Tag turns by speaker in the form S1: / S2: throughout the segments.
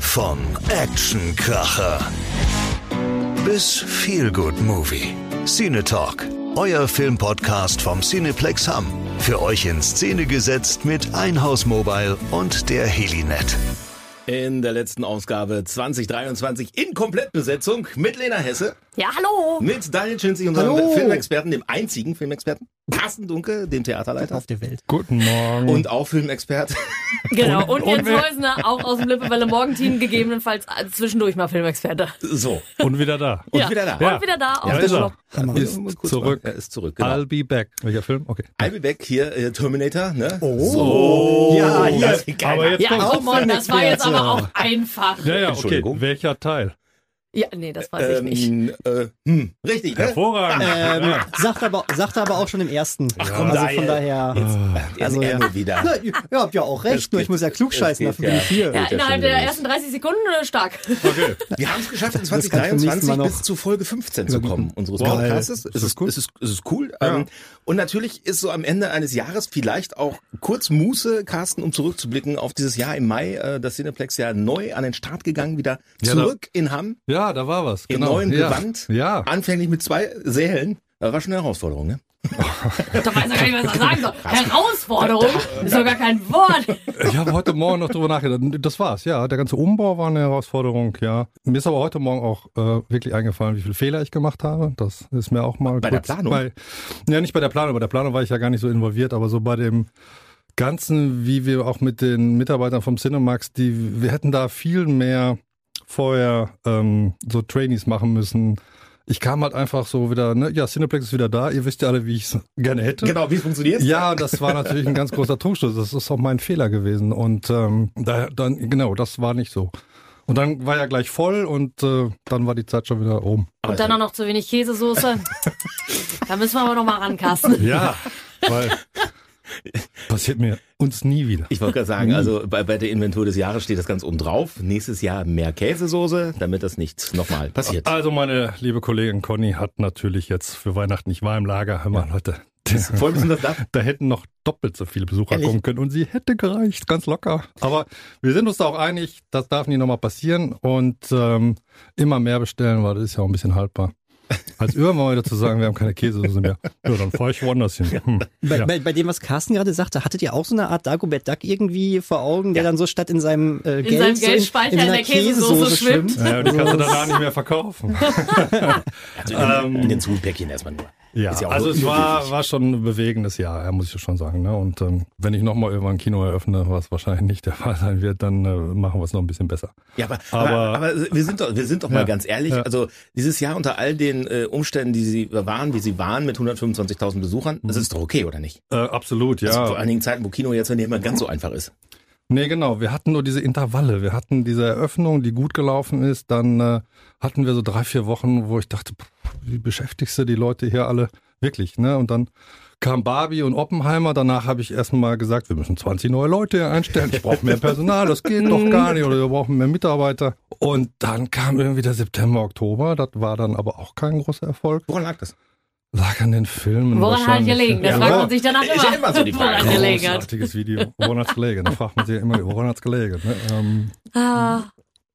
S1: Vom Actionkracher bis Feelgood Movie. Cine Talk, euer Filmpodcast vom Cineplex Hamm. Für euch in Szene gesetzt mit Einhaus Mobile und der Helinet.
S2: In der letzten Ausgabe 2023 in Komplettbesetzung mit Lena Hesse,
S3: Ja, hallo.
S2: mit Daniel Schinzi, unserem
S4: Hallo.
S2: Filmexperten, dem einzigen Filmexperten, Carsten Dunke, dem Theaterleiter
S4: auf der Welt.
S5: Guten Morgen.
S2: und auch Filmexpert.
S3: Genau. Und, Jens
S5: wer-
S3: Häusner, auch aus dem Lippewelle Morgenteam, gegebenenfalls äh, zwischendurch mal Filmexperte.
S2: So,
S5: Und wieder da.
S2: und wieder da.
S5: Ja.
S3: Und wieder da.
S5: Ja,
S3: auf
S5: ist
S3: dem
S5: er.
S3: Knopf.
S4: Hammer.
S5: Ist
S2: Mal kurz
S5: zurück.
S2: mal- Er ist zurück, genau.
S5: I'll be back. Welcher Film? Okay.
S2: I'll be back hier, äh, Terminator, ne?
S4: Oh. Ja, hier.
S2: Das ist geil.
S5: Aber jetzt
S3: Ja,
S5: kommt.
S3: komm on, das war jetzt aber auch einfach.
S5: Ja, ja, okay.
S2: Entschuldigung.
S5: Welcher Teil?
S3: Ja, nee, das weiß ich nicht.
S2: ähm, äh, hm, richtig, ne?
S5: Hervorragend.
S4: Ähm,
S5: Ja.
S4: sagt, aber, sagt aber auch schon im ersten. Ach
S2: komm,
S4: also
S2: Daniel.
S4: von daher.
S2: Jetzt also,
S4: Also,
S2: er
S4: ja.
S2: nur wieder.
S4: Na, ihr ihr habt ja auch
S2: Es
S4: recht, nur
S2: geht-
S4: ich muss ja klug
S2: es
S4: scheißen,
S2: geht,
S4: dafür bin
S2: ja.
S4: ich hier.
S3: Ja,
S2: ja schon
S3: innerhalb der
S2: gelöst.
S3: ersten 30 Sekunden äh, stark.
S5: Okay.
S2: Wir haben es geschafft, in
S4: Das kannst du beim nächsten
S2: 2023
S4: Mal noch
S2: bis zu Folge 15 zu kommen, unseres
S5: Wow.
S2: Podcasts.
S5: Geil.
S2: Es ist,
S5: Ist das cool?
S2: es ist, es ist cool. Ähm, und natürlich ist so am Ende eines Jahres vielleicht auch kurz Muße, Carsten, um zurückzublicken auf dieses Jahr im Mai, äh, das Cineplex ja neu an den Start gegangen, wieder
S5: Ja,
S2: zurück in Hamm,
S5: Ja, da war was.
S2: im
S5: Genau.
S2: neuen
S5: ja.
S2: Gewand.
S5: Ja.
S2: Anfänglich mit zwei Sälen. Das war schon eine Herausforderung, ne?
S3: Da weiß er gar nicht, was er sagen soll. Herausforderung ist sogar kein Wort.
S5: Ich habe heute Morgen noch drüber nachgedacht. Das war's, ja. Der ganze Umbau war eine Herausforderung, ja. Mir ist aber heute Morgen auch äh, wirklich eingefallen, wie viele Fehler ich gemacht habe. Das ist mir auch mal
S2: Bei der
S5: kurz
S2: Planung?
S5: Bei, ja, nicht bei der Planung. Bei der Planung war ich ja gar nicht so involviert, aber so bei dem Ganzen, wie wir auch mit den Mitarbeitern vom Cinemax, die, wir hätten da viel mehr vorher ähm, so Trainees machen müssen. Ich kam halt einfach so wieder, ne, ja, Cineplex ist wieder da, ihr wisst ja alle, wie ich es gerne hätte.
S2: Genau, wie es funktioniert.
S5: Ja, das war natürlich ein ganz großer Trugschluss. Das ist auch mein Fehler gewesen. Und ähm, da, dann, genau, das war nicht so. Und dann war ja gleich voll und äh, dann war die Zeit schon wieder um.
S3: Und dann auch noch zu wenig Käsesoße. Da müssen wir aber noch mal rankasten.
S5: Ja, weil passiert mir uns nie wieder.
S2: Ich wollte gerade sagen, also bei, bei der Inventur des Jahres steht das ganz oben drauf. Nächstes Jahr mehr Käsesoße, damit das nicht nochmal passiert.
S5: Also meine liebe Kollegin Conny hat natürlich jetzt für Weihnachten nicht war im Lager. Hör mal, Leute.
S2: Voll müssen das da.
S5: Da hätten noch doppelt so viele Besucher
S2: Ehrlich?
S5: kommen können und sie hätte gereicht, ganz locker. Aber wir sind uns da auch einig, das darf nie nochmal passieren und ähm, immer mehr bestellen, weil das ist ja auch ein bisschen haltbar. Als irgendwann mal wieder zu sagen, wir haben keine Käsesoße mehr. Ja, dann fahre ich woanders hin. Hm.
S4: Bei,
S5: Ja.
S4: bei, bei dem, was Carsten gerade sagte, hattet ihr auch so eine Art Dagobert Duck irgendwie vor Augen, der dann so statt in seinem äh, Geld
S3: seinem
S4: so
S3: Geldspeicher in
S4: seiner
S3: der Käsesoße schwimmt.
S5: Ja, und die kannst du danach nicht mehr verkaufen.
S2: Also in, in den Zoom-Päckchen erstmal nur.
S5: Ja,
S2: Ist ja auch
S5: also es
S2: nur
S5: war,
S2: möglich.
S5: war schon ein bewegendes Jahr, ja, muss ich schon sagen. Ne? Und ähm, wenn ich nochmal irgendwann ein Kino eröffne, was wahrscheinlich nicht der Fall sein wird, dann äh, machen wir es noch ein bisschen besser.
S2: Ja, aber, aber,
S5: Aber-
S2: aber, wir sind doch, wir sind doch mal
S5: Ja,
S2: ganz ehrlich.
S5: ja.
S2: Also dieses Jahr unter all den äh, Umständen, die sie waren, wie sie waren, mit 125.000 Besuchern, das ist doch okay, oder nicht?
S5: Äh, absolut, ja.
S2: Also vor allen Dingen Zeiten, wo Kino jetzt nicht mehr ganz so einfach ist.
S5: Nee, genau. Wir hatten nur diese Intervalle. Wir hatten diese Eröffnung, die gut gelaufen ist. Dann äh, hatten wir so drei, vier Wochen, wo ich dachte, pff, wie beschäftigst du die Leute hier alle wirklich? Ne? Und dann kam Barbie und Oppenheimer. Danach habe ich erstmal gesagt, wir müssen 20 neue Leute hier einstellen. Ich brauche mehr Personal, das geht doch gar nicht. Oder wir brauchen mehr Mitarbeiter. Und dann kam irgendwie der September, Oktober. Das war dann aber auch kein großer Erfolg.
S2: Woran lag das?
S5: Lag an den Filmen
S3: Woran hat
S5: Hm, wahrscheinlich.
S3: gelegen? Das
S5: Ja.
S3: fragt man sich danach
S2: Ist
S3: immer.
S2: ja immer so die Frage.
S3: Woran gelegen hat.
S5: Großartiges Video. Woran hat's gelegen? Da fragt man sich ja immer, woran hat's gelegen? Ne? Ähm,
S3: Ah.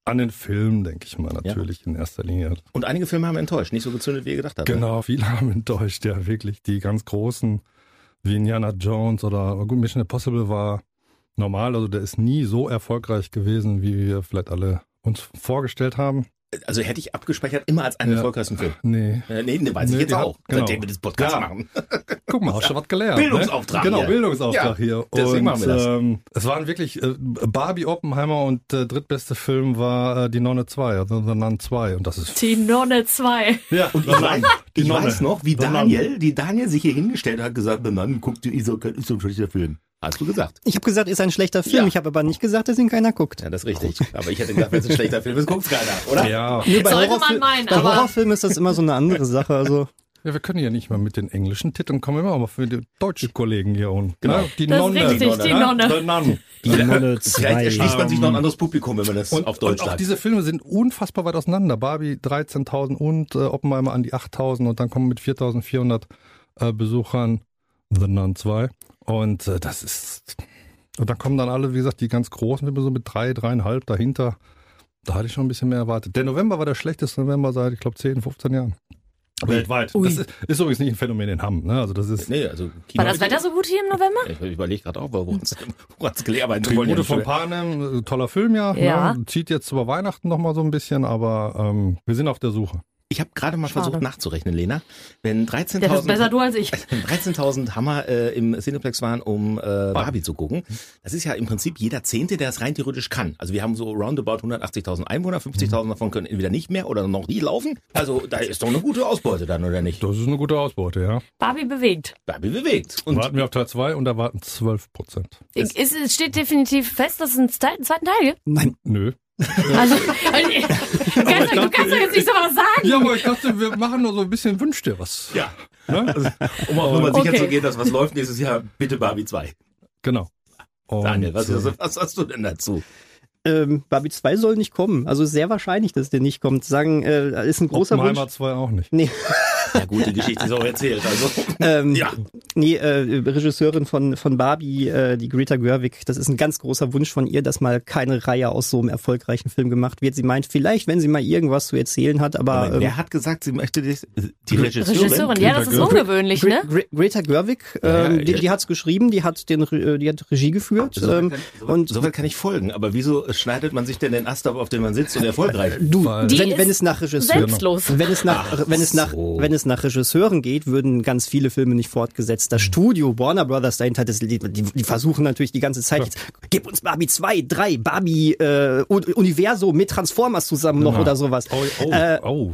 S5: An den Film, denke ich mal, natürlich in erster Linie.
S2: Und einige Filme haben enttäuscht, nicht so gezündet, wie ihr gedacht habt.
S5: Genau, viele haben enttäuscht, ja, wirklich. Die ganz großen, wie Indiana Jones oder oh gut, Mission Impossible war normal, also der ist nie so erfolgreich gewesen, wie wir vielleicht alle uns vorgestellt haben.
S2: Also hätte ich abgespeichert immer als einen
S5: Ja.
S2: erfolgreichsten Film.
S5: Nee.
S2: Äh, nee, ne, weiß ich
S5: Nee,
S2: jetzt
S5: die hat-
S2: auch,
S5: genau.
S2: seitdem wir das Podcast
S5: Ja.
S2: machen.
S5: Guck mal, hast schon was gelernt.
S2: Bildungsauftrag
S5: Ne? Genau,
S2: hier.
S5: Bildungsauftrag
S2: Ja,
S5: hier.
S2: deswegen
S5: und,
S2: machen wir das.
S5: Ähm, es waren wirklich äh, Barbie Oppenheimer und äh, drittbeste Film war äh, Die Nonne 2, also The Nun 2. Und das ist.
S3: Die Nonne 2.
S5: Ja, und
S2: Ich weiß,
S5: die
S2: ich
S5: Nonne.
S2: weiß noch, wie
S5: The Nun.
S2: Daniel, die Daniel sich hier hingestellt hat, gesagt, "Na, Mann, guck dir Iso, ist so ein schlechter Film. Hast du gesagt.
S4: Ich habe gesagt, ist ein schlechter Film,
S2: Ja.
S4: ich habe aber nicht gesagt, dass ihn keiner guckt.
S2: Ja, das ist richtig. Aber ich hätte gedacht, wenn es ein schlechter Film ist, guckt's keiner, oder?
S5: Ja,
S4: Nee, bei
S3: Sollte man
S4: Horrorfil-
S3: meinen,
S4: bei
S3: aber-
S4: Horrorfilmen ist das immer so eine andere Sache. Also
S5: Ja, wir können ja nicht mal mit den englischen Titeln kommen, immer aber für die deutschen Kollegen hier unten.
S2: Genau.
S5: Ne? Die
S3: Das ist
S5: Nonne.
S3: richtig, die
S5: ne?
S3: Nonne.
S5: The Nun.
S4: die Nonne
S2: Vielleicht erschließt man sich noch ein
S5: Ähm,
S2: anderes Publikum, wenn man das
S5: Und,
S2: auf Deutsch
S5: und auch
S2: sagt.
S5: diese Filme sind unfassbar weit auseinander. Barbie 13.000 und äh, Oppenheimer an die 8.000 und dann kommen mit 4.400 äh, Besuchern The Nun 2. Und äh, das ist... Und dann kommen dann alle, wie gesagt, die ganz Großen, immer so mit drei, dreieinhalb dahinter. Da hatte ich schon ein bisschen mehr erwartet. Der November war der schlechteste November seit, ich glaube, 10, 15 Jahren. Weltweit.
S3: Ui.
S5: Das ist, ist übrigens nicht ein Phänomen in Hamm. Ne? Also das ist
S2: Nee, also
S3: War das Wetter so gut hier im November?
S2: Ich überlege gerade auch, woran es gelegt aber
S5: Tribute von Panem, äh, toller Film ja.
S3: Ja.
S5: Ne? Zieht jetzt über Weihnachten nochmal so ein bisschen, aber ähm, wir sind auf der Suche.
S2: Ich habe gerade mal
S3: Schade.
S2: versucht nachzurechnen, Lena. Wenn
S3: Der ist besser
S2: 13.000
S3: du als ich.
S2: wenn 13.000 Hammer äh, im Cineplex waren, um äh, Barbie zu gucken, das ist ja im Prinzip jeder Zehnte, der es rein theoretisch kann. Also wir haben so roundabout 180.000 Einwohner, 50.000 davon können entweder nicht mehr oder noch nie laufen. Also da ist doch eine gute Ausbeute dann, oder nicht?
S5: Das ist eine gute Ausbeute, ja.
S3: Barbie bewegt.
S2: Barbie bewegt.
S5: Und
S2: Und
S5: warten wir auf Teil 2 und da warten 12 Prozent.
S3: Es, es steht definitiv fest, dass es einen Ste- zweiten Teil gibt.
S4: Nein,
S5: Nö.
S3: Also, also ich- du kannst, doch- du kannst doch jetzt nicht sowas sagen.
S5: Ja, aber ich dachte, wir machen nur so ein bisschen Wünsch dir was.
S2: ja,
S5: Ne? Also,
S2: um auch nochmal
S3: Okay.
S2: sicherzugehen, dass was läuft nächstes Jahr, bitte Barbie 2.
S5: genau. Und,
S2: Daniel, was, also,
S5: äh,
S2: was, was hast du denn dazu?
S4: ähm, Barbie 2 soll nicht kommen. Also sehr wahrscheinlich, dass der nicht kommt. Sagen, äh, ist ein großer Wunsch.
S5: Oppenheimer 2 auch nicht.
S4: Nee,
S2: Ja gut, die Geschichte ist auch erzählt. Also
S4: ähm,
S2: ja,
S4: nee äh, Regisseurin von, von Barbie, äh, die Greta Gerwig, das ist ein ganz großer Wunsch von ihr, dass mal keine Reihe aus so einem erfolgreichen Film gemacht wird. Sie meint, vielleicht, wenn sie mal irgendwas zu erzählen hat, aber ähm,
S2: wer hat gesagt, sie möchte dich, die Regisseurin?
S3: Regisseurin, ja, das ist ungewöhnlich,
S4: Gre-
S3: ne?
S4: Gre Greta Gerwig, ähm,
S2: ja,
S4: die,
S2: ja.
S4: die hat's geschrieben, die hat den, Re- äh, die hat Regie geführt
S2: So weit
S4: ähm,
S2: kann, so weit-
S4: und
S2: so weit kann ich folgen, aber wieso schneidet man sich denn den Ast ab, auf den man sitzt und erfolgreich?
S4: Du,
S5: Weil-
S3: Die
S4: wenn, wenn
S3: ist
S4: es nach Regisseuren,
S3: Selbstlos.
S4: wenn es nach, wenn es nach,
S2: so.
S4: wenn es nach Regisseuren geht, würden ganz viele Filme nicht fortgesetzt.
S5: Hm.
S4: Das Studio Warner Brothers dahinter, das, die, die, die versuchen natürlich die ganze Zeit jetzt, gib uns Barbie 2, 3, Barbie äh, Un- Universum mit Transformers zusammen noch oder sowas.
S5: Oh, oh,
S4: Äh,
S5: oh, oh.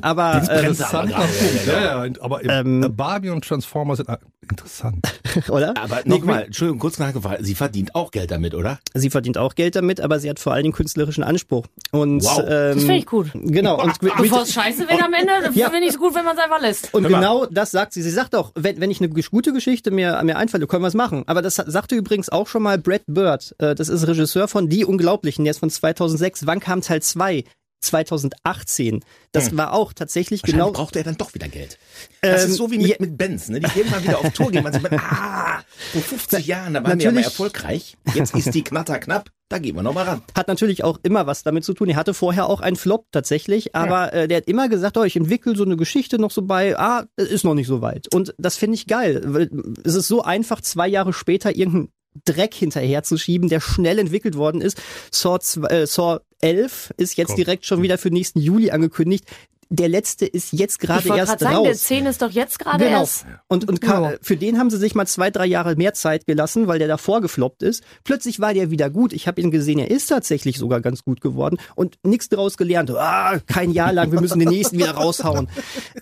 S4: Aber äh,
S2: aber,
S5: Interessanter
S2: gerade, ja,
S5: Punkt.
S2: ja,
S5: Ja, ja, aber
S4: Ähm.
S5: äh, Barbie und Transformers sind äh, interessant.
S4: oder?
S2: aber
S4: Nee,
S2: nochmal, Entschuldigung, kurz nachgefragt, sie verdient auch Geld damit, oder?
S4: Sie verdient auch Geld damit, aber sie hat vor allen Dingen künstlerischen Anspruch. Und
S2: Wow.
S4: ähm,
S3: Das finde ich gut.
S4: Genau. Und Gre-
S3: Bevor es scheiße wird am Ende,
S4: Ja.
S3: finde ich es gut, wenn man es einfach lässt.
S4: Und
S2: Hör mal.
S4: genau das sagt sie. Sie sagt auch, wenn, wenn ich eine gesch- gute Geschichte mir, mir einfalle, können wir es machen. Aber das hat- sagte übrigens auch schon mal Brad Bird. Äh, Das ist Regisseur von Die Unglaublichen. Der ist von 2006. Wann kam Teil 2? 2018. Das war auch tatsächlich
S2: Hm. Wahrscheinlich
S4: genau.
S2: braucht er dann doch wieder Geld. Das
S4: Ähm,
S2: ist so wie mit,
S4: ja.
S2: mit Benz, ne? die gehen mal wieder auf Tour, gehen man sich mit, ah, vor 50 Jahren, da waren wir ja mal
S4: natürlich-
S2: erfolgreich, jetzt ist die Knatter knapp, da gehen wir nochmal ran.
S4: Hat natürlich auch immer was damit zu tun. Er hatte vorher auch einen Flop tatsächlich, aber äh, der hat immer gesagt, oh, ich entwickle so eine Geschichte noch so bei, ah, es ist noch nicht so weit. Und das finde ich geil. weil Es ist so einfach, zwei Jahre später irgendeinen Dreck hinterherzuschieben, der schnell entwickelt worden ist. Saw, 2, äh, Saw 11 ist jetzt
S5: Kommt.
S4: direkt schon wieder für nächsten Juli angekündigt. Der letzte ist jetzt
S3: Ich
S4: gerade
S3: wollte
S4: erst
S3: gerade sagen,
S4: raus.
S3: der 10 ist doch jetzt gerade
S4: Genau.
S3: erst.
S4: Und, und
S3: Ja.
S4: ka- äh, für den haben sie sich mal zwei, drei Jahre mehr Zeit gelassen, weil der davor gefloppt ist. Plötzlich war der wieder gut. Ich habe ihn gesehen, er ist tatsächlich sogar ganz gut geworden und nichts daraus gelernt. Ah, kein Jahr lang, wir müssen den nächsten wieder raushauen.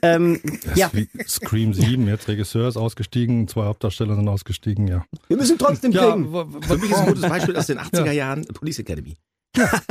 S4: Ähm, ja,
S5: Wie Scream 7, jetzt Regisseur ist ausgestiegen, zwei Hauptdarsteller sind ausgestiegen, ja.
S4: wir müssen trotzdem
S5: Ja,
S4: kriegen.
S2: Für mich ist ein gutes Beispiel aus den 80er Jahren, Police Academy.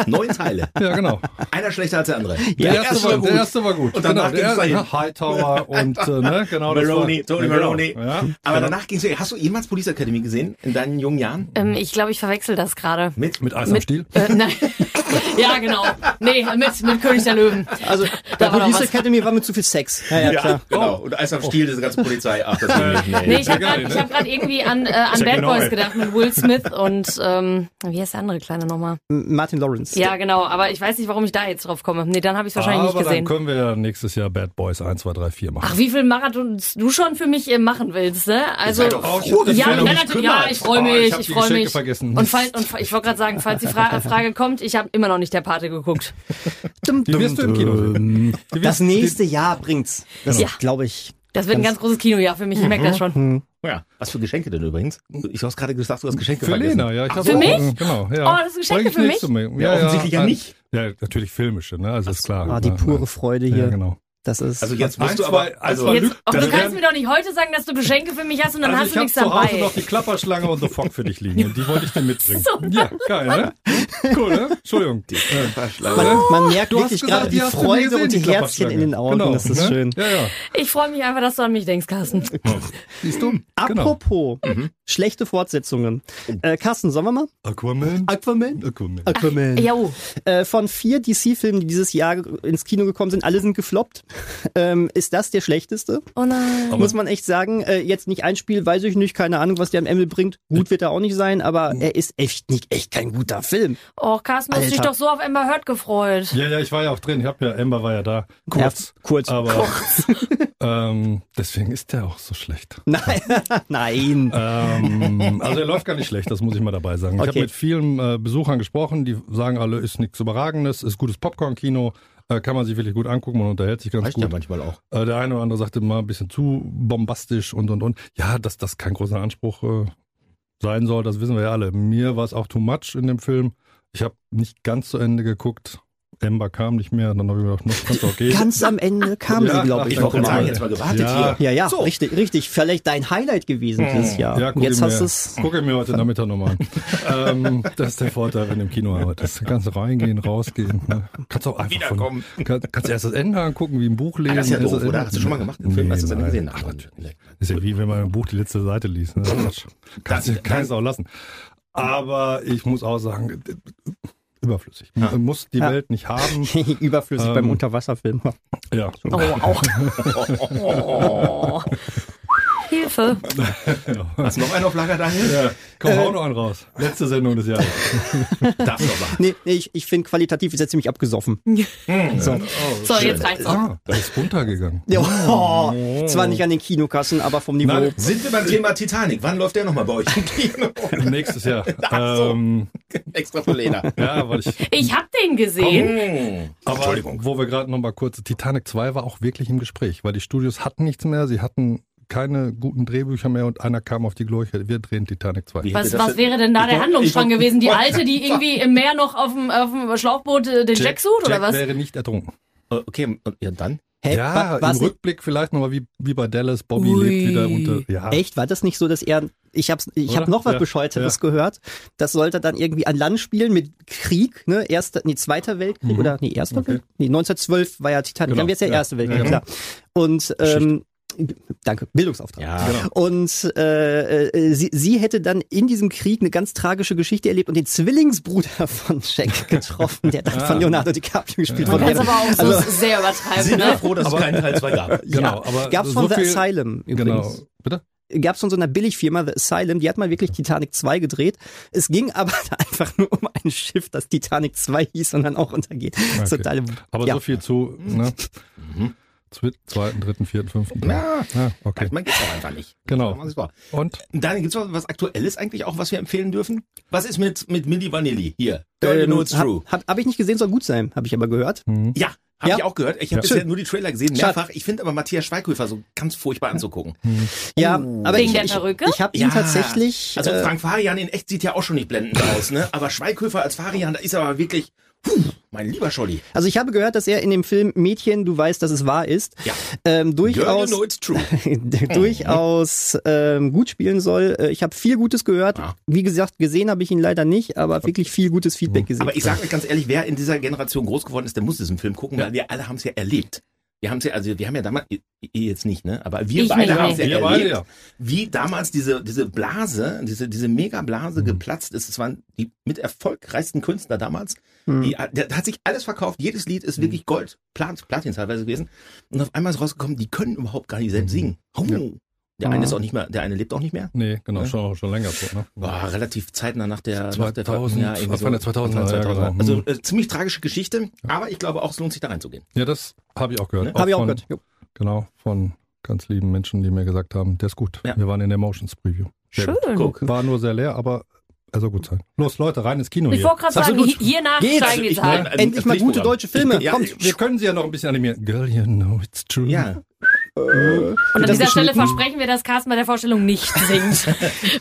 S2: Neun Teile.
S5: ja genau.
S2: Einer schlechter als der andere.
S5: Der,
S4: Ja,
S5: erste, war, der erste war gut.
S2: Und danach
S5: genau,
S2: ging's
S5: der,
S2: dahin.
S5: ja, Hightower und äh, ne, genau das war-
S2: Maroney, Tony
S5: ja, genau,
S2: Maroney.
S5: Ja.
S2: Aber danach ging es Hast du jemals Police Academy gesehen in deinen jungen Jahren?
S3: Ähm, ich glaube, ich verwechsel das gerade.
S2: Mit?
S5: Mit Eis am Stiel.
S3: Äh, nein. ja, genau. Nee, mit, mit König der Löwen.
S4: Also,
S3: Da
S4: bei
S3: war noch
S4: Police
S3: was.
S4: Academy war mir zu viel Sex. Ja, ja, klar.
S2: genau. Und Eis am Stiel, diese ganze Polizei. Ach, das will ich nicht.
S3: Nee, ich habe
S5: Egal,
S3: gerade
S5: ne?
S3: hab grad irgendwie an, äh, an
S5: ja
S3: Bad
S5: genau,
S3: Boys
S5: ey.
S3: gedacht mit Will Smith und, ähm, wie heißt der andere Kleine nochmal?
S4: M- Martin Lawrence.
S3: Ja, genau, aber ich weiß nicht, warum ich da jetzt drauf komme. Nee, dann habe ich wahrscheinlich
S5: Aber
S3: nicht gesehen.
S5: dann können wir nächstes Jahr Bad Boys 1, 2, 3, 4 machen.
S3: Ach, wie viel Marathons du schon für mich äh, machen willst, ne? Also,
S2: Sei doch froh, dass
S3: ja,
S2: wer
S3: ja,
S2: um dich
S3: natürlich, ja,
S2: kümmert.
S3: ich freue
S5: Oh, ich
S3: mich,
S5: hab
S3: ich,
S5: die
S3: freue
S5: Geschenke
S3: mich.
S5: vergessen.
S3: Und, fall, und fall- ich wollte gerade sagen, falls die Fra Frage kommt, ich habe immer noch nicht der Pate geguckt.
S4: Dum,
S5: Die wirst du im Kino sehen. Die wirst-
S4: Das nächste Jahr bringt's. Das
S3: Ja.
S4: glaube ich.
S3: Das wird ein ganz großes Kinojahr für mich, ich
S5: Mhm.
S3: merke das schon.
S2: Ja. Was für Geschenke denn übrigens? Ich hast gerade gesagt, du hast Geschenke
S5: Für
S2: vergessen.
S5: Lena, ja. Ich hab
S3: für
S5: auch-
S3: mich?
S5: Genau, ja.
S3: Oh, das ist ein Geschenk
S5: Bring ich
S3: für mich?
S5: nächste Mal.
S2: Ja, offensichtlich ja
S5: ein-
S2: nicht.
S5: Ja, natürlich filmische, ne? Also ist klar.
S4: Ah, die
S5: Ja,
S4: pure
S5: ja.
S4: Freude
S5: Ja,
S4: hier.
S5: genau.
S4: Das ist.
S2: Also jetzt
S5: Ein,
S2: musst du
S5: zwei-
S2: aber... also
S5: ein, zwei
S3: Jetzt,
S5: Das
S3: aber du
S5: werden-
S3: kannst mir doch nicht heute sagen, dass du Geschenke für mich hast und dann
S5: Also
S3: hast du nichts
S5: ich habe zu Hause
S3: dabei.
S5: noch die Klapperschlange und The Fog für dich liegen und die wollte ich dir mitbringen. Ja, geil, ne? Cool, ne? Entschuldigung.
S4: Man, man merkt
S5: Äh? Du hast
S4: wirklich
S5: gesagt,
S4: gerade die
S5: die hast du nie
S4: Freude
S5: gesehen,
S4: und die,
S5: die
S4: Herzchen in den Augen.
S5: Genau,
S4: das ist
S5: ne?
S4: schön.
S5: Ja, ja.
S3: Ich freue mich einfach, dass du an mich denkst, Carsten.
S5: Siehst du? Genau. Oh.
S4: Apropos schlechte Fortsetzungen. Äh, Carsten, sollen wir mal?
S5: Aquaman.
S4: Aquaman?
S5: Aquaman.
S4: Aquaman.
S3: Ja, oh.
S4: Äh, von vier DC-Filmen, die dieses Jahr ins Kino gekommen sind, alle sind gefloppt. ähm, ist das der schlechteste.
S3: Oh nein.
S4: Muss man echt sagen, äh, jetzt nicht ein Spiel, weiß ich nicht, keine Ahnung, was der am Ende bringt.
S5: Äh.
S4: Gut wird er auch nicht sein,
S5: Hm.
S4: aber er ist echt nicht echt kein guter Film.
S3: Oh, Carsten, hast dich
S4: Alter.
S3: doch so auf Emma Hurt gefreut.
S5: Ja, ja, ich war ja auch drin. Ich hab ja, Amber war ja da. Kurz.
S4: Ja, kurz.
S5: Aber ähm, deswegen ist der auch so schlecht.
S4: Nein, nein.
S5: Ähm, also er läuft gar nicht schlecht, das muss ich mal dabei sagen. Ich
S4: Okay.
S5: habe mit vielen äh, Besuchern gesprochen, die sagen alle, ist nichts Überragendes, ist gutes Popcorn-Kino, äh, kann man sich wirklich gut angucken, man unterhält sich ganz
S2: Reicht ja
S5: gut.
S2: manchmal auch.
S5: Äh, der eine oder andere sagte mal ein bisschen zu bombastisch und und und. Ja, dass das kein großer Anspruch äh, sein soll, das wissen wir ja alle. Mir war es auch too much in dem Film. Ich habe nicht ganz zu Ende geguckt. Ember kam nicht mehr, dann habe ich mir gedacht, noch kannst du auch gehen.
S4: Ganz am Ende kam
S5: Ja,
S4: sie, glaube ich,
S5: ich wollte
S4: noch
S5: gerade
S4: mal.
S5: sagen, jetzt-
S4: Ja,
S5: Ja.
S4: ja, richtig, richtig. Vielleicht dein Highlight gewesen dieses Jahr.
S5: Hm. Ja, guck
S4: jetzt
S5: ich
S4: hast
S5: mir,
S4: du es.
S5: Guck ich mir heute Nachmittag nochmal an. ähm, das ist der Vorteil, wenn du im Kino arbeitest. Kannst du reingehen, rausgehen. Ne? Kannst auch einfach
S2: Wiederkommen.
S5: Von, kann, kannst erst das Ende angucken, wie ein Buch lesen.
S2: Ah, das ist ja
S5: Erst
S2: doof,
S5: Ende-
S2: oder? Hast du schon mal gemacht? Einen Film
S5: Nee,
S2: hast du das Ende
S5: nein.
S2: gesehen?
S5: Ach, natürlich. Ist ja wie wenn man im Buch die letzte Seite liest. Ne? Quatsch. Kannst du kannst du auch lassen. Aber ich muss auch sagen, überflüssig. Man muss die Welt nicht haben.
S4: Überflüssig
S5: Ähm.
S4: beim Unterwasserfilm.
S5: Ja.
S3: Oh, auch. Oh. Hilfe.
S2: Hast du noch einen auf Lager, Daniel?
S5: ja. Komm, hau noch einen raus. Letzte Sendung des Jahres.
S2: Darfst du aber.
S4: Nee, nee ich, ich finde qualitativ ist er ziemlich abgesoffen.
S5: Hm.
S3: So, jetzt reicht's auch.
S5: Ah, da ist runtergegangen.
S4: Ja, oh, zwar nicht an den Kinokassen, aber vom Niveau.
S5: Nein.
S2: Sind wir beim Thema Titanic? Wann läuft der nochmal bei euch im Kino?
S5: Nächstes Jahr.
S2: Ach so.
S5: Ähm,
S2: Extra für Lena. Hm.
S5: ja, weil ich
S3: Ich hab den gesehen.
S5: Aber wo wir gerade noch mal kurz, Titanic 2 war auch wirklich im Gespräch, weil die Studios hatten nichts mehr, sie hatten keine guten Drehbücher mehr und einer kam auf die Glorche, wir drehen Titanic 2.
S2: Wie?
S3: Was,
S2: das-
S3: was wäre denn da der
S2: wollt-
S3: Handlungsstrang
S2: ich wollt-
S3: gewesen? Die alte, die irgendwie im Meer noch auf dem, auf dem Schlauchboot äh, den Jack, sucht oder
S5: Jack
S3: was?
S5: wäre nicht ertrunken.
S2: Äh, Okay, und ja, dann?
S4: Hä,
S5: ja,
S4: wa- war's
S5: im
S4: nicht,
S5: Rückblick vielleicht nochmal wie, wie bei Dallas, Bobby
S3: Ui.
S5: lebt wieder unter. Ja,
S4: echt, war das nicht so, dass er, ich habe ich hab
S5: Oder?
S4: noch was
S5: Ja,
S4: Bescheuerteres
S5: ja.
S4: gehört, das sollte er dann irgendwie an Land spielen mit Krieg, ne, erster, nee, zweiter Weltkrieg oder, nee, erster
S5: Mhm. Okay.
S4: Weltkrieg, nee, 1912 war ja Titanic,
S5: Genau,
S4: dann wäre es ja,
S5: ja.
S4: erster Weltkrieg,
S5: Ja.
S4: klar. Und, ähm, danke, Bildungsauftrag.
S2: Genau.
S4: Und äh, äh, sie, sie hätte dann in diesem Krieg eine ganz tragische Geschichte erlebt und den Zwillingsbruder von Jack getroffen, der
S5: Ah.
S4: dann von Leonardo DiCaprio gespielt
S3: Man
S4: wurde. Also,
S3: kann's aber auch so sehr übertreiben,
S2: Sind wir
S3: ne?
S2: froh, dass es keinen Teil 2 gab.
S5: Genau,
S4: ja.
S5: aber
S4: Gab's
S5: so
S4: von The
S5: viel-
S4: Asylum übrigens.
S5: Genau. Bitte?
S4: Gab's von so einer Billigfirma, The Asylum, die hat mal wirklich Titanic 2 gedreht. Es ging aber einfach nur um ein Schiff, das Titanic 2 hieß und dann auch untergeht. Okay.
S5: Okay.
S4: Total,
S5: Aber
S4: ja.
S5: so viel zu, ne? Zwi- Zweiten, dritten, vierten, fünften.
S2: Ja.
S5: ja okay.
S2: Man geht's auch einfach nicht.
S5: Genau. Und?
S2: Daniel, gibt's was, was Aktuelles eigentlich auch, was wir empfehlen dürfen? Was ist mit, mit Milli Vanilli? Hier. Dirty
S4: Ähm,
S2: Notes
S4: hab,
S2: True.
S4: Hab, hab ich nicht gesehen, soll gut sein, habe ich aber gehört.
S5: Hm.
S2: Ja, habe
S4: Ja.
S2: ich auch gehört. Ich habe
S5: Ja.
S2: bisher
S4: Schön.
S2: nur die Trailer gesehen,
S4: Schade.
S2: mehrfach. Ich finde aber Matthias Schweighöfer so ganz furchtbar anzugucken.
S4: Ja, aber
S3: Hm. Wegen
S4: ich,
S3: der
S4: ich,
S3: Perücke?
S4: ich habe ihn tatsächlich.
S2: Also
S4: äh,
S2: Frank Farian in echt sieht ja auch schon nicht blendend aus, ne? Aber Schweighöfer als Farian, da ist er aber wirklich, puh, mein lieber Scholli.
S4: Also ich habe gehört, dass er in dem Film Mädchen, du weißt, dass es wahr ist,
S2: Ja.
S4: ähm,
S2: Girl, you
S4: durchaus,
S2: know it's true.
S4: durchaus ähm, gut spielen soll. Äh, Ich habe viel Gutes gehört.
S2: Ja.
S4: Wie gesagt, gesehen habe ich ihn leider nicht, aber wirklich viel gutes Feedback gesehen.
S2: Mhm. Aber ich sage euch ganz ehrlich, wer in dieser Generation groß geworden ist, der muss diesen Film gucken, weil wir alle haben es ja erlebt. Wir haben es ja, also wir haben ja damals, ihr ihr jetzt nicht, ne? Aber wir
S3: Ich nicht,
S2: beide
S3: nee.
S2: haben es ja
S5: Wir beide,
S2: erlebt,
S5: ja.
S2: wie damals diese, diese Blase, diese, diese Mega-Blase
S5: Mhm.
S2: geplatzt ist. Es waren die mit erfolgreichsten Künstler damals.
S5: Mhm.
S2: Die, da hat sich alles verkauft, jedes Lied ist wirklich Gold, Plat- Platin teilweise gewesen. Und auf einmal ist rausgekommen, die können überhaupt gar nicht selbst
S5: Mhm.
S2: singen. Oh. Der eine ist auch nicht mehr, der eine lebt auch nicht mehr.
S5: Nee, genau, schon, auch schon länger. so, Ne?
S2: War relativ zeitnah nach der, nach der
S5: 2000,
S2: ja, irgendwie
S5: Anfang der 2000er,
S2: Anfang
S5: ja, genau.
S2: Also äh, ziemlich tragische Geschichte, aber ich glaube auch, es lohnt sich da reinzugehen.
S5: Ja, das habe ich auch
S2: Ne?
S5: gehört.
S4: habe ich auch
S5: von-
S4: gehört. Jo.
S5: Genau, von ganz lieben Menschen, die mir gesagt haben, der ist gut.
S2: Ja.
S5: Wir waren in der Motions Preview.
S2: Schön. Guck.
S5: War nur sehr leer, aber er soll gut sein. Los, Leute, rein ins Kino
S3: Ich
S5: hier.
S3: wollte gerade sagen,
S2: Absolut.
S3: hier- hiernach
S4: Geht's.
S3: steigen die
S2: Also, Ich
S3: Zahlen.
S2: meine,
S4: Endlich
S2: ein
S4: mal gute
S2: Pflichtprogramm.
S4: deutsche Filme.
S2: Ja,
S4: Kommt.
S5: Wir können sie ja noch ein bisschen animieren. Girl, you know it's true.
S2: Ja,
S3: Und an
S4: das
S3: dieser Stelle
S4: geschnitten?
S3: versprechen wir, dass Carsten bei der Vorstellung nicht singt.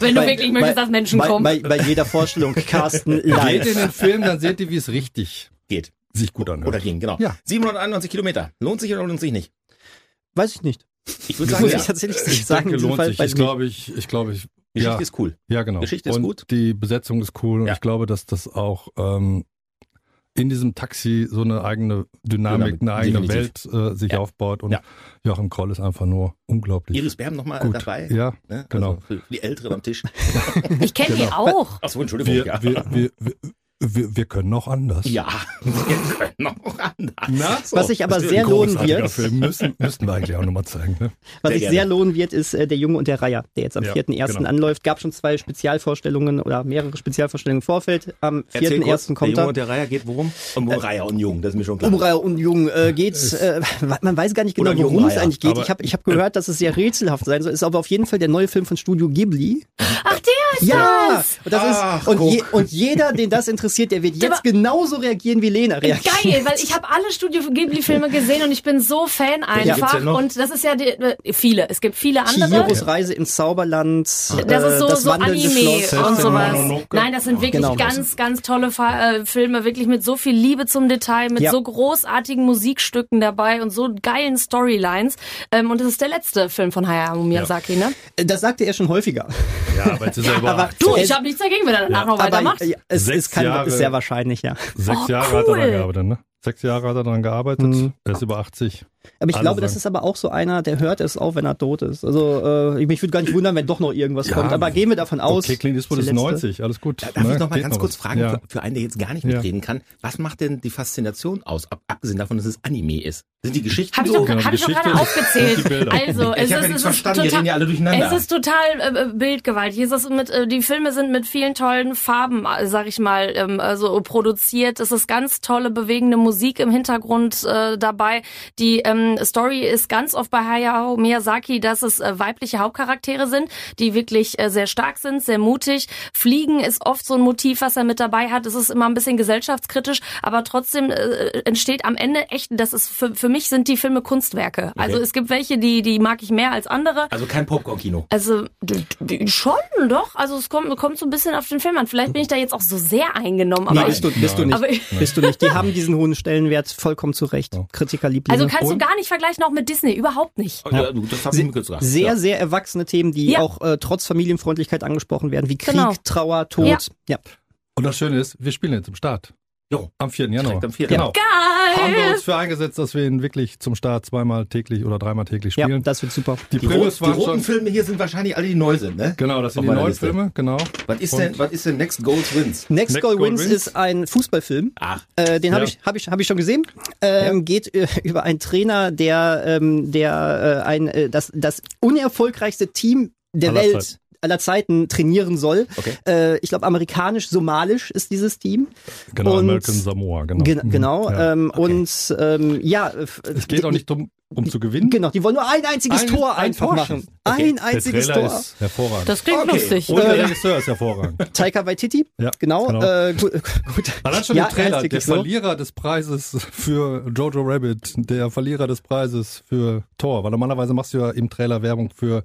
S3: Wenn du wirklich möchtest, dass Menschen
S4: bei,
S3: kommen.
S4: Bei, bei jeder Vorstellung, Carsten,
S5: Seht in
S4: live.
S5: den Film, dann seht ihr, wie es richtig
S2: geht.
S5: sich gut anhört.
S2: Oder ging, genau.
S5: Ja.
S2: 791 Kilometer. Lohnt sich oder lohnt sich nicht?
S4: Weiß ich nicht.
S2: Ich würde
S4: Das
S2: sagen,
S4: muss
S2: ja.
S4: ich tatsächlich
S5: ich
S4: sagen. in
S5: denke,
S4: diesem
S5: lohnt
S4: Fall
S5: sich.
S4: weiß
S5: Ich
S4: nicht.
S5: glaube, ich, ich glaube, ich,
S2: Geschichte
S5: ja,
S2: ist cool.
S5: ja, genau.
S2: Geschichte ist
S5: und
S2: gut.
S5: Die Besetzung ist cool und
S2: Ja.
S5: ich glaube, dass das auch ähm, in diesem Taxi so eine eigene
S2: Dynamik,
S5: Dynamik, eine eigene
S2: definitiv.
S5: Welt äh, sich
S2: Ja.
S5: aufbaut und
S2: Ja.
S5: Joachim Kroll ist einfach nur unglaublich.
S2: Iris Berben nochmal
S5: gut.
S2: dabei.
S5: Ja,
S2: Ne?
S5: genau.
S2: Also für die Älteren am Tisch.
S3: Ich kenne die auch.
S2: Achso, Entschuldigung.
S5: Wir,
S2: ja.
S5: wir, wir, wir, Wir, wir können auch anders.
S2: Ja, wir können auch anders.
S5: Na?
S2: So,
S4: Was sich aber
S2: das
S4: sehr lohnen
S5: Großartiger
S4: wird,
S5: Film. Müssen, müssten wir eigentlich auch nochmal zeigen. Ne?
S4: was
S2: Sehr
S4: sich
S2: gerne.
S4: sehr lohnen wird, ist äh, Der Junge und der Reiher, der jetzt am
S5: Ja,
S4: 4.1.
S5: genau.
S4: anläuft. Gab schon zwei Spezialvorstellungen oder mehrere Spezialvorstellungen im Vorfeld. Am
S2: Erzähl kurz,
S4: 4.1.
S2: der
S4: kommt
S2: Junge
S4: er.
S2: und der Reiher geht worum? Um Reiher und Jung, das ist mir schon klar.
S4: Um Reiher und Jung äh, geht's, äh, man weiß gar nicht genau,
S2: Oder Jung
S4: worum es
S2: Reiher,
S4: eigentlich geht.
S5: aber-
S4: Ich habe ich hab gehört, dass es sehr rätselhaft sein soll. Ist aber auf jeden Fall der neue Film von Studio Ghibli.
S3: Ach, der ist
S4: Ja,
S3: das!
S4: und, das
S2: Ach,
S4: ist, und, je,
S2: guck.
S4: und jeder, den das interessiert, der wird
S3: Der
S4: jetzt genauso reagieren, wie Lena reagiert.
S3: Geil, weil ich habe alle Studio Ghibli-Filme gesehen und ich bin so Fan
S2: gibt's
S3: einfach.
S2: denn noch?
S3: und das ist ja die, äh, viele. Es gibt viele andere.
S4: Chihiros Reise ins Zauberland. äh,
S3: Das ist so,
S4: das
S3: so
S4: wandelnde
S3: Anime
S4: Schloss.
S3: und sowas.
S5: Mononoke.
S3: Nein, das sind wirklich
S4: Genau.
S3: ganz, ganz tolle Fa äh, Filme, wirklich mit so viel Liebe zum Detail, mit
S4: Ja.
S3: so großartigen Musikstücken dabei und so geilen Storylines. Ähm, und das ist der letzte Film von Hayao Miyazaki, ne?
S4: Das sagte er schon häufiger.
S5: Ja, aber jetzt ist er
S4: Aber
S5: über
S3: Du,
S4: es-
S3: ich habe nichts dagegen, wenn er danach noch
S4: aber äh,
S3: weitermacht.
S4: ja, es
S5: Sechs
S4: ist, kann,
S5: Jahre.
S4: ist sehr wahrscheinlich, ja.
S5: sechs
S3: Oh,
S5: Jahre hat er
S3: cool.
S5: daran gearbeitet. Ne? Sechs Jahre hat er daran gearbeitet.
S2: Mhm.
S5: Er ist über 80.
S4: Aber ich
S5: Alle
S4: glaube, das
S5: sagen-
S4: ist aber auch so einer, der hört es auch, wenn er tot ist. Also äh, ich- mich würde gar nicht wundern, wenn doch noch irgendwas
S5: Ja,
S4: kommt. Aber gehen wir davon aus.
S5: okay, Clint Eastwood
S4: das
S5: ist
S4: letzte-
S5: 90, alles gut.
S2: ne? Darf
S5: ne?
S2: ich noch mal
S5: Geht
S2: ganz
S5: noch
S2: kurz
S5: was.
S2: fragen,
S5: Ja.
S2: für, für einen, der jetzt gar nicht
S5: Ja.
S2: mitreden kann, was macht denn die Faszination aus? Ab, abgesehen davon, dass es Anime ist. Sind die Geschichten
S3: Habe ich
S2: so-
S3: doch,
S5: genau,
S3: hab ich doch
S5: Geschichte
S3: gerade
S5: und-
S3: aufgezählt.
S5: und die Bilder.
S3: Also, es
S2: Ich habe ja
S3: ist,
S2: nichts
S3: es ist
S2: verstanden, die reden ja
S3: total,
S2: alle durcheinander.
S3: es ist total äh, äh, Bildgewalt. Hier ist es mit, äh, die Filme sind mit vielen tollen Farben, äh, sag ich mal, ähm, also produziert. Es ist ganz tolle, bewegende Musik im Hintergrund äh, dabei. Die ähm, Story ist ganz oft bei Hayao Miyazaki, dass es äh, weibliche Hauptcharaktere sind, die wirklich äh, sehr stark sind, sehr mutig. Fliegen ist oft so ein Motiv, was er mit dabei hat. Es ist immer ein bisschen gesellschaftskritisch, aber trotzdem äh, entsteht am Ende echt, das ist für, für mich sind die Filme Kunstwerke. Also es gibt welche, die, die mag ich mehr als andere.
S2: also kein Popcorn-Kino.
S3: Also d- d- schon, doch. Also es kommt, kommt so ein bisschen auf den Film an. Vielleicht bin ich da jetzt auch so sehr eingenommen, aber
S4: Nee,
S3: ich.
S4: bist du, bist du nicht.
S3: Aber ich-
S4: bist du nicht. Die haben diesen hohen Stellenwert vollkommen zu Recht. Kritikerlieblinge.
S3: Also kannst du
S5: Und-
S3: gar nicht vergleichen, auch mit Disney, überhaupt nicht.
S2: Oh, Ja, du, das habe ich mir kurz gesagt.
S4: sehr,
S2: ja.
S4: sehr erwachsene Themen, die
S3: Ja.
S4: auch äh, trotz Familienfreundlichkeit angesprochen werden, wie Krieg,
S3: Genau.
S4: Trauer, Tod.
S3: Ja.
S4: ja.
S5: Und das Schöne ist, wir spielen jetzt im Start.
S2: Jo.
S5: Am 4. Januar.
S2: Direkt am 4.
S5: Genau. Haben wir
S3: Geil!
S5: uns für eingesetzt, dass wir ihn wirklich zum Start zweimal täglich oder dreimal täglich
S4: Ja,
S5: spielen.
S4: das wird super.
S5: die
S2: Die, rot,
S5: Premis
S2: die
S5: waren
S2: roten
S5: schon.
S2: Filme hier sind wahrscheinlich alle die neu sind, ne?
S5: Genau,
S2: Auf
S5: das sind die
S2: meiner
S5: neuen
S2: Liste.
S5: Filme, genau.
S2: Was ist
S5: Und-
S2: denn, was ist denn Next Goals Wins?
S4: Next,
S5: Next
S4: Goal,
S5: Goal
S4: Wins,
S5: Wins.
S4: ist ein Fußballfilm.
S2: Ach.
S4: Äh, den habe
S5: Ja.
S4: ich, hab ich, hab ich schon gesehen. Ähm, Geht äh, über einen Trainer, der, ähm, der äh, ein, äh, das, das unerfolgreichste Team der
S5: Aller
S4: Welt
S5: Zeiten.
S4: aller Zeiten trainieren soll.
S2: Okay.
S4: Äh, ich glaube, amerikanisch-somalisch ist dieses Team.
S5: Genau,
S4: Und-
S5: American Samoa, genau.
S4: Gen genau.
S2: äh,
S5: Ja.
S4: Ähm, Und ähm, ja, f-
S5: es geht auch nicht darum, um zu gewinnen.
S4: Genau, die wollen nur ein einziges
S5: Ein-
S4: Tor
S5: ein
S4: einfach
S5: Tor
S4: machen.
S5: schießen.
S4: Ein
S5: Der
S4: einziges
S5: Trailer
S4: Tor.
S5: ist hervorragend.
S3: Das klingt
S2: Okay.
S3: lustig.
S5: Und
S4: Äh,
S5: der Regisseur ist hervorragend.
S4: Taika Waititi.
S5: Ja,
S4: genau.
S5: genau.
S4: Äh, gut, gut.
S5: Allein schon
S4: Ja, er
S5: der
S4: ist
S5: Trailer, der
S4: wirklich so.
S5: Verlierer des Preises für Jojo Rabbit, der Verlierer des Preises für Thor. Weil normalerweise machst du ja im Trailer Werbung für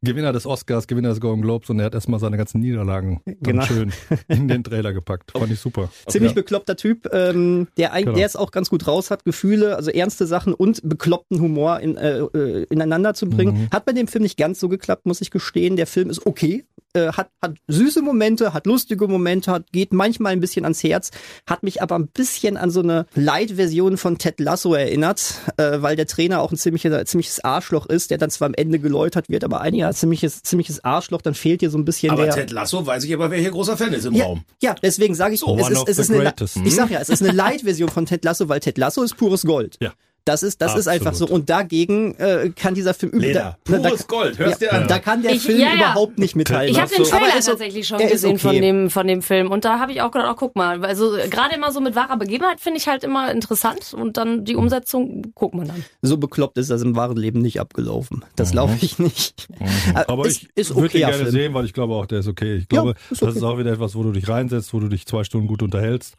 S5: Gewinner des Oscars, Gewinner des Golden Globes und er hat erstmal seine ganzen Niederlagen dann
S4: Genau.
S5: schön in den Trailer gepackt. Fand ich super.
S4: Ziemlich
S5: ja.
S4: bekloppter Typ, ähm, der eigentlich,
S5: Genau.
S4: der es auch ganz gut raus hat, Gefühle, also ernste Sachen und bekloppten Humor in, äh, äh, ineinander zu bringen. Hat bei dem Film nicht ganz so geklappt, muss ich gestehen. Der Film ist okay, äh, hat, hat süße Momente, hat lustige Momente, hat, geht manchmal ein bisschen ans Herz, hat mich aber ein bisschen an so eine Light-Version von Ted Lasso erinnert, äh, weil der Trainer auch ein ziemlicher, ziemliches Arschloch ist, der dann zwar am Ende geläutert wird, aber einiger ziemliches, ziemliches Arschloch, dann fehlt dir so ein bisschen
S2: Aber
S4: der.
S2: Ted Lasso weiß ich aber, wer hier großer Fan ist im
S4: Ja,
S2: Raum.
S4: ja deswegen sage ich,
S5: So,
S4: es
S5: one
S4: ist,
S5: of
S4: es
S5: the
S4: ist eine,
S5: greatest. hm?
S4: ich sag ja, es ist eine Light-Version von Ted Lasso, weil Ted Lasso ist pures Gold.
S5: Ja.
S4: Das ist, das ist
S5: Absolut.
S4: einfach so. Und dagegen äh, kann dieser Film üb-
S2: Leder.
S4: Da, da,
S2: Pures Gold, hörst du
S4: ja,
S2: an?
S4: da kann der
S3: Ich-
S4: Film
S3: ja, ja.
S4: überhaupt nicht mithalten.
S3: Ich habe den
S4: Aber
S3: Trailer
S4: er ist o-
S3: tatsächlich schon
S4: er ist
S3: gesehen von,
S4: okay.
S3: dem, von dem Film und da habe ich auch gedacht, oh guck mal, also äh, gerade immer so mit wahrer Begebenheit finde ich halt immer interessant und dann die Umsetzung guckt man dann.
S4: So bekloppt ist das im wahren Leben nicht abgelaufen. Das glaube ich nicht.
S5: Mhm.
S4: Äh,
S5: Aber
S4: ist,
S5: ich
S4: ist
S5: würde ihn
S4: okayer
S5: gerne
S4: Film.
S5: sehen, weil ich glaube auch, der ist okay. Ich glaube,
S4: ist
S5: das ist auch wieder etwas, wo du dich reinsetzt, wo du dich zwei Stunden gut unterhältst,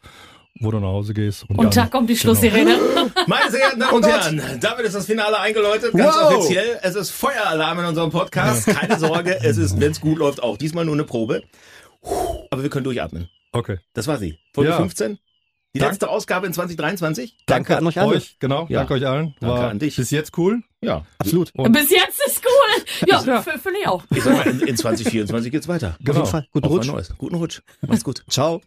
S5: wo du nach Hause gehst. Und,
S3: Und da
S5: dann,
S3: kommt die Schlusssirene.
S2: Meine sehr geehrten Damen und Herren, damit ist das Finale eingeläutet, ganz
S4: Wow.
S2: offiziell. Es ist Feueralarm in unserem Podcast. Keine Sorge, es ist, wenn es gut läuft, auch diesmal nur eine Probe. Aber wir können durchatmen.
S5: Okay.
S2: Das war sie. Folge
S5: Ja.
S2: 15. Die
S5: Dank-
S2: letzte Ausgabe in 2023.
S4: Danke an euch alle.
S5: Euch, genau.
S2: Ja.
S5: Danke euch allen.
S2: Danke
S5: War
S2: an dich.
S5: Bis jetzt cool.
S2: Ja.
S4: Absolut.
S5: Und-
S3: Bis jetzt ist cool. Ja, f- finde ich auch.
S2: Ich sag mal, in, in 2024 geht's weiter.
S4: Auf jeden Fall. Guten
S2: Genau. Auf ein
S4: Rutsch.
S2: neues. Guten Rutsch. Macht's gut.
S4: Ciao.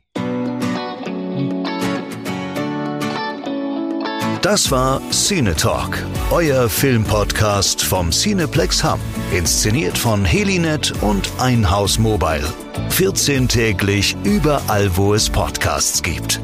S1: Das war Cine Talk, euer Filmpodcast vom Cineplex Hamm. Inszeniert von Helinet und Einhaus Mobile. 14 täglich überall, wo es Podcasts gibt.